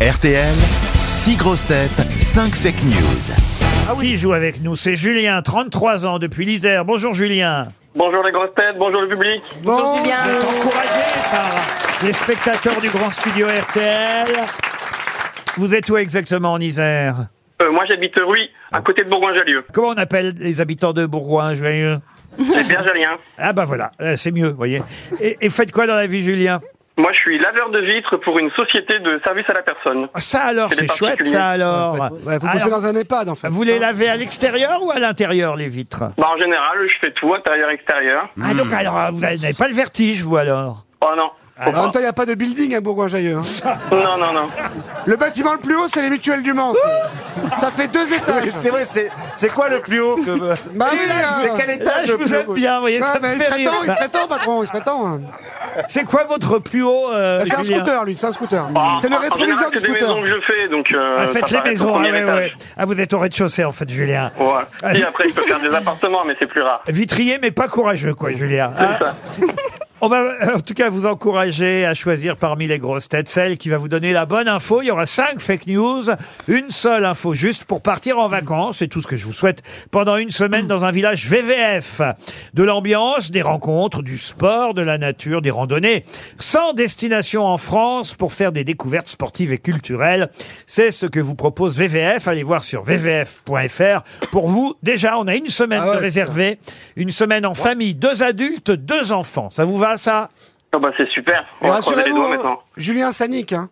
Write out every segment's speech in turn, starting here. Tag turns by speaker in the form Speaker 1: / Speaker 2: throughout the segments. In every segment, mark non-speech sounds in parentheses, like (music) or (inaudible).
Speaker 1: RTL, 6 grosses têtes, 5 fake news.
Speaker 2: Ah oui, il joue avec nous. C'est Julien, 33 ans, depuis l'Isère. Bonjour Julien.
Speaker 3: Bonjour les grosses têtes, bonjour le public.
Speaker 2: Bonjour Julien. encouragé par les spectateurs du grand studio RTL. Vous êtes où exactement en Isère
Speaker 3: Euh, moi j'habite Ruy,
Speaker 2: Ah.
Speaker 3: à côté de
Speaker 2: (laughs)
Speaker 3: Bourgoin-Jallieu.
Speaker 2: Comment on appelle les habitants de Bourgoin, Joyeux
Speaker 3: C'est bien jalien.
Speaker 2: Ah bah voilà, euh, c'est mieux, vous voyez. Et, et faites quoi dans la vie, Julien
Speaker 3: Moi je suis laveur de vitres pour une société de service à la personne.
Speaker 2: Ah, Ça alors,
Speaker 3: C'est
Speaker 2: c'est
Speaker 3: des
Speaker 2: chouette,
Speaker 3: particuliers.
Speaker 2: ça alors.
Speaker 4: Ouais, faut
Speaker 2: Alors,
Speaker 4: pousser dans un EHPAD en fait.
Speaker 2: vous les lavez à l'extérieur ou à l'intérieur, les vitres
Speaker 3: Bah en général, je fais tout, intérieur, extérieur.
Speaker 4: Hmm.
Speaker 2: Ah donc alors, vous n'avez pas le vertige, vous alors
Speaker 3: Oh non.
Speaker 2: Ah,
Speaker 3: faut
Speaker 4: En même
Speaker 3: pas.
Speaker 4: temps, il n'y a pas de building à Bourgoin-Jailleux. hein.
Speaker 3: Non, non, non.
Speaker 4: Le bâtiment le plus haut, c'est les mutuelles du Mans. (laughs) Ça fait deux étages.
Speaker 5: C'est vrai, c'est, c'est quoi le plus haut que...
Speaker 4: (laughs) Bah oui, hein.
Speaker 5: C'est quel
Speaker 2: Là,
Speaker 5: étage
Speaker 2: je
Speaker 5: le
Speaker 2: vous
Speaker 5: plus
Speaker 2: aime
Speaker 5: haut
Speaker 2: bien, vous voyez,
Speaker 4: Ah,
Speaker 2: ça
Speaker 4: mais
Speaker 2: me
Speaker 4: il
Speaker 2: fait
Speaker 4: serait
Speaker 2: rire.
Speaker 4: temps, il
Speaker 2: ça.
Speaker 5: (laughs)
Speaker 4: serait temps, patron, il serait temps. hein.
Speaker 2: C'est quoi votre plus haut, euh,
Speaker 4: Ah, C'est un
Speaker 2: Julien
Speaker 4: scooter, lui, c'est un scooter.
Speaker 3: Ah,
Speaker 4: C'est le
Speaker 3: en- en général,
Speaker 4: rétroviseur du
Speaker 3: c'est des maisons
Speaker 4: scooter.
Speaker 3: que je fais, donc. Euh,
Speaker 2: Ah, faites
Speaker 3: ça
Speaker 2: les
Speaker 3: paraît
Speaker 2: maisons,
Speaker 3: au
Speaker 2: ah,
Speaker 3: premier
Speaker 2: ouais, ouais.
Speaker 3: étage.
Speaker 2: Ah, vous êtes au rez-de-chaussée, en fait, Julien.
Speaker 3: Ouais.
Speaker 2: Ah,
Speaker 3: Et après, je peux faire des appartements, mais c'est plus rare.
Speaker 2: Vitrier, mais pas courageux, quoi, Julien. Ah. (laughs) On va euh, en tout cas vous encourager à choisir parmi les grosses têtes celle qui va vous donner la bonne info. Il y aura cinq fake news, une seule info juste pour partir en vacances. C'est tout ce que je vous souhaite pendant une semaine dans un village VVF. De l'ambiance, des rencontres, du sport, de la nature, des randonnées. Sans destination en France pour faire des découvertes sportives et culturelles. C'est ce que vous propose VVF. Allez voir sur vvf.fr. Pour vous, déjà, on a une semaine
Speaker 4: Ah ouais,
Speaker 2: de réservée. Une semaine en famille, deux adultes, deux enfants. Ça vous va, ça
Speaker 3: Oh, bah c'est super.
Speaker 4: Et
Speaker 3: On va croiser les
Speaker 4: rassurez-vous,
Speaker 3: doigts
Speaker 4: hein,
Speaker 3: maintenant.
Speaker 4: Julien, ça nique. hein.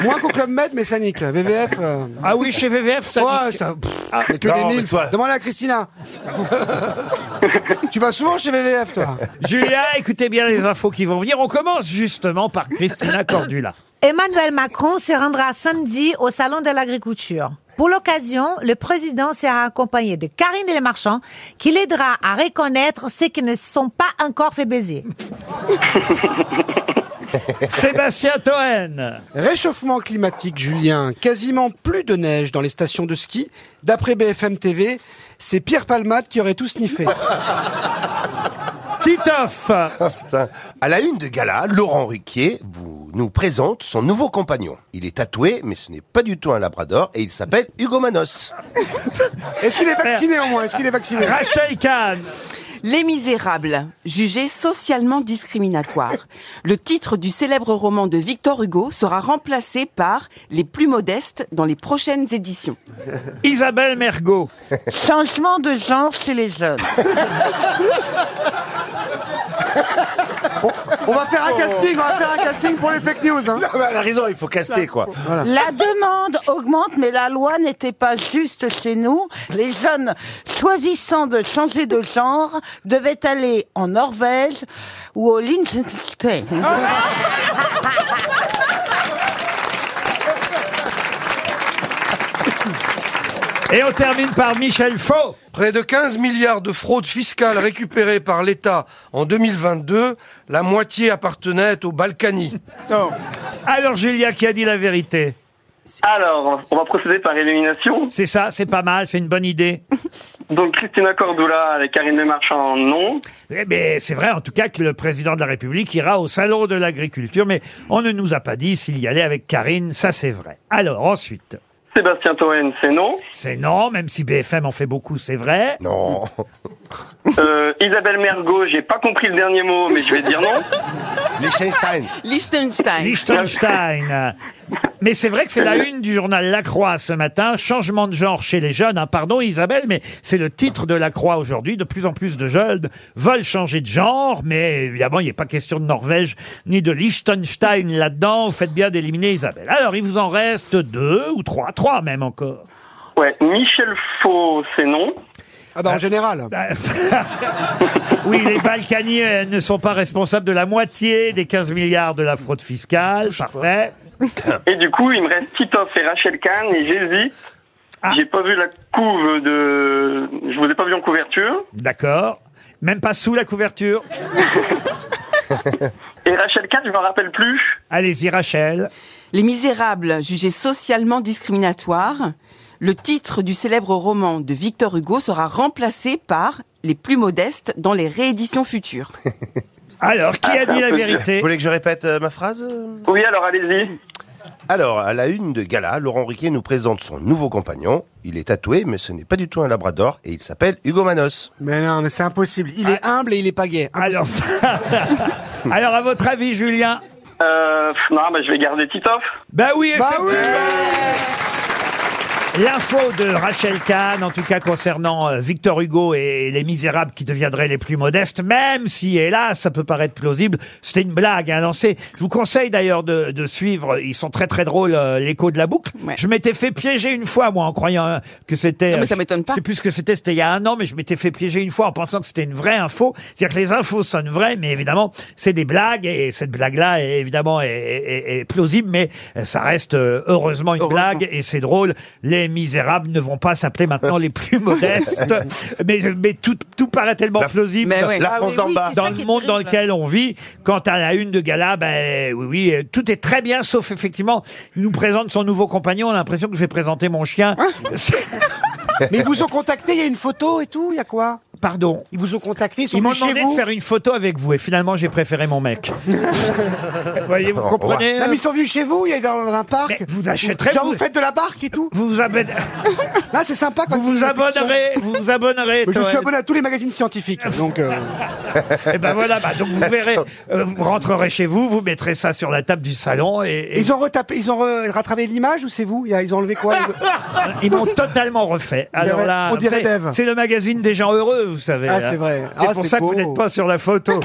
Speaker 4: Moins qu'au Club Med, mais ça nique. VVF. euh,
Speaker 2: Ah oui, chez VVF, ça
Speaker 4: Ouais,
Speaker 2: nique.
Speaker 4: ça. pff,
Speaker 2: Ah,
Speaker 4: que
Speaker 5: non,
Speaker 4: des
Speaker 5: mais
Speaker 4: mille.
Speaker 5: toi-
Speaker 4: Demande à
Speaker 5: (laughs)
Speaker 4: Christina. tu vas souvent chez VVF, toi
Speaker 2: Julien, écoutez bien les infos qui vont venir. On commence justement par Christina Cordula.
Speaker 6: Emmanuel Macron se rendra samedi au Salon de l'agriculture. Pour l'occasion, le président sera accompagné de Karine Le Marchand, qui l'aidera à reconnaître ceux qui ne se sont pas encore fait baiser.
Speaker 2: Sébastien Toen.
Speaker 4: Réchauffement climatique, Julien. Quasiment plus de neige dans les stations de ski. D'après BFM TV, c'est Pierre Palmade qui aurait tout sniffé.
Speaker 2: Titoff.
Speaker 5: Putain. À la une de gala, Laurent Riquier vous, nous présente son nouveau compagnon. Il est tatoué, mais ce n'est pas du tout un labrador, et il s'appelle Hugo Manos.
Speaker 4: Est-ce qu'il est vacciné au moins Est-ce qu'il est vacciné
Speaker 2: Rachel Kahn.
Speaker 7: Les Misérables, jugés socialement discriminatoires. Le titre du célèbre roman de Victor Hugo sera remplacé par Les plus modestes dans les prochaines éditions.
Speaker 2: Isabelle Mergot.
Speaker 8: Changement de genre chez les jeunes.
Speaker 4: On va faire un casting, on va faire un casting pour les fake news. hein.
Speaker 5: bah, Elle a raison, il faut caster, quoi.
Speaker 8: La demande augmente, mais la loi n'était pas juste chez nous. Les jeunes choisissant de changer de genre devaient aller en Norvège ou au Liechtenstein.
Speaker 2: Et on termine par Michel Faux.
Speaker 9: Près de 15 milliards de fraudes fiscales récupérées par l'État en 2022, la moitié appartenait aux Balkany.
Speaker 2: Alors Julien qui a dit la vérité.
Speaker 3: Alors, on va procéder par élimination.
Speaker 2: C'est ça, c'est pas mal, c'est une bonne idée.
Speaker 3: Donc, Christina Cordula avec Karine Lemarchand, non.
Speaker 2: Eh bien, c'est vrai en tout cas que le président de la République ira au salon de l'agriculture, mais on ne nous a pas dit s'il y allait avec Karine, ça c'est vrai. Alors ensuite,
Speaker 3: Sébastien Toen, c'est non.
Speaker 2: c'est non, même si BFM en fait beaucoup, c'est vrai.
Speaker 5: Non.
Speaker 3: Euh, Isabelle Mergot, j'ai pas compris le dernier mot, mais je vais dire non.
Speaker 5: (laughs) Liechtenstein.
Speaker 7: Liechtenstein.
Speaker 2: Liechtenstein. Mais c'est vrai que c'est la une du journal La Croix ce matin. Changement de genre chez les jeunes. Ah, pardon Isabelle, mais c'est le titre de La Croix aujourd'hui. De plus en plus de jeunes veulent changer de genre, mais évidemment, il n'est pas question de Norvège ni de Liechtenstein là-dedans. Vous faites bien d'éliminer Isabelle. Alors, il vous en reste deux ou trois, trois même encore. (laughs)
Speaker 3: Ouais, Michel Faux, c'est non.
Speaker 4: Ah bah en général.
Speaker 2: oui, les Balkany euh, ne sont pas responsables de la moitié des 15 milliards de la fraude fiscale. Parfait.
Speaker 3: Et du coup, il me reste Titoff et Rachel Kahn et j'hésite.
Speaker 2: Ah.
Speaker 3: J'ai pas vu la couve de. Je vous ai pas vu en couverture.
Speaker 2: D'accord. Même pas sous la couverture.
Speaker 3: Et Rachel Kahn, je m'en rappelle plus.
Speaker 2: Allez-y, Rachel.
Speaker 7: Les Misérables, jugés socialement discriminatoires. Le titre du célèbre roman de Victor Hugo sera remplacé par Les plus modestes dans les
Speaker 5: (laughs)
Speaker 7: rééditions futures.
Speaker 2: Alors, qui a dit la vérité
Speaker 5: Vous voulez que je répète euh, ma phrase
Speaker 3: Oui, alors allez-y.
Speaker 5: Alors, à la une de Gala, Laurent Riquet nous présente son nouveau compagnon. Il est tatoué, mais ce n'est pas du tout un labrador, et il s'appelle Hugo Manos.
Speaker 4: Mais non, mais c'est impossible. Il est humble et il est pas gay.
Speaker 2: Alors, (laughs)
Speaker 4: Impossible.
Speaker 2: alors à votre avis, Julien
Speaker 3: Euh, pff, non, bah, je vais garder Titoff.
Speaker 2: Ben oui,
Speaker 4: Bah
Speaker 2: effectivement.
Speaker 4: oui
Speaker 2: L'info de Rachel Kahn, en tout cas concernant euh, Victor Hugo et les misérables qui deviendraient les plus modestes, même si, hélas, ça peut paraître plausible, c'était une blague hein, lancée. Je vous conseille d'ailleurs de, de suivre, ils sont très très drôles, euh, l'écho de la boucle.
Speaker 7: Ouais.
Speaker 2: Je m'étais fait piéger une fois, moi, en croyant euh, que c'était...
Speaker 7: Non, mais
Speaker 2: euh,
Speaker 7: ça m'étonne pas.
Speaker 2: Je sais plus ce que c'était, c'était il y a un an, mais je m'étais fait piéger une fois en pensant que c'était une vraie info. C'est-à-dire que les infos sonnent vraies, mais évidemment, c'est des blagues, et cette blague-là, est- évidemment, est, est- est plausible, mais ça reste euh, heureusement une
Speaker 7: Heureusement.
Speaker 2: blague, et c'est drôle. Les misérables ne vont pas s'appeler maintenant les
Speaker 4: (laughs)
Speaker 2: plus modestes, mais, mais tout, tout paraît tellement
Speaker 5: La-
Speaker 2: plausible.
Speaker 7: Mais ouais.
Speaker 5: La
Speaker 7: Ah
Speaker 5: France
Speaker 7: oui,
Speaker 5: d'en
Speaker 7: oui,
Speaker 5: bas.
Speaker 7: c'est ça
Speaker 2: Dans
Speaker 7: qui
Speaker 2: le
Speaker 7: est
Speaker 2: monde dans
Speaker 7: terrible.
Speaker 2: lequel on vit, quant à la une de gala, ben oui, oui, euh, tout est très bien, sauf effectivement, il nous présente son nouveau compagnon. On a l'impression que je vais présenter mon
Speaker 4: (laughs)
Speaker 2: chien. C'est-
Speaker 4: Mais ils vous ont contacté, il y a une photo et tout, il y a quoi
Speaker 2: Pardon.
Speaker 4: Ils vous ont contacté, ils sont
Speaker 2: Ils m'ont
Speaker 4: venus chez
Speaker 2: demandé de
Speaker 4: vous
Speaker 2: faire une photo avec vous et finalement j'ai préféré mon
Speaker 4: (laughs)
Speaker 2: mec. vous voyez, vous comprenez
Speaker 4: Non, mais
Speaker 2: euh,
Speaker 4: ils sont venus chez vous, il y a dans un parc.
Speaker 2: Mais vous achèterez,
Speaker 4: Genre
Speaker 2: vous-
Speaker 4: vous faites de la barque et tout.
Speaker 2: Vous vous,
Speaker 4: (laughs)
Speaker 2: abonne-
Speaker 4: Là, c'est sympa quand
Speaker 2: vous, vous
Speaker 4: ils font des pétitions.
Speaker 2: abonnerez, vous vous abonnerez.
Speaker 4: Mais je suis
Speaker 2: Toen.
Speaker 4: abonné à tous les magazines scientifiques, donc euh,
Speaker 2: Et ben voilà, bah, donc vous
Speaker 4: (laughs)
Speaker 2: verrez, euh, vous rentrerez chez vous, vous mettrez ça sur la table du salon et, et-
Speaker 4: ils ont retapé, ils ont re- rattrapé l'image ou c'est vous Il y a- Ils ont
Speaker 2: (laughs)
Speaker 4: enlevé quoi Ils-
Speaker 2: ils m'ont totalement refait. Alors
Speaker 4: dirait-
Speaker 2: là,
Speaker 4: on dirait
Speaker 2: c'est-
Speaker 4: Dave.
Speaker 2: c'est le magazine des gens heureux, vous savez.
Speaker 4: Ah,
Speaker 2: hein.
Speaker 4: c'est vrai.
Speaker 2: C'est
Speaker 4: Ah,
Speaker 2: pour
Speaker 4: c'est (laughs)
Speaker 2: ça que vous
Speaker 4: beau.
Speaker 2: n'êtes pas sur la photo.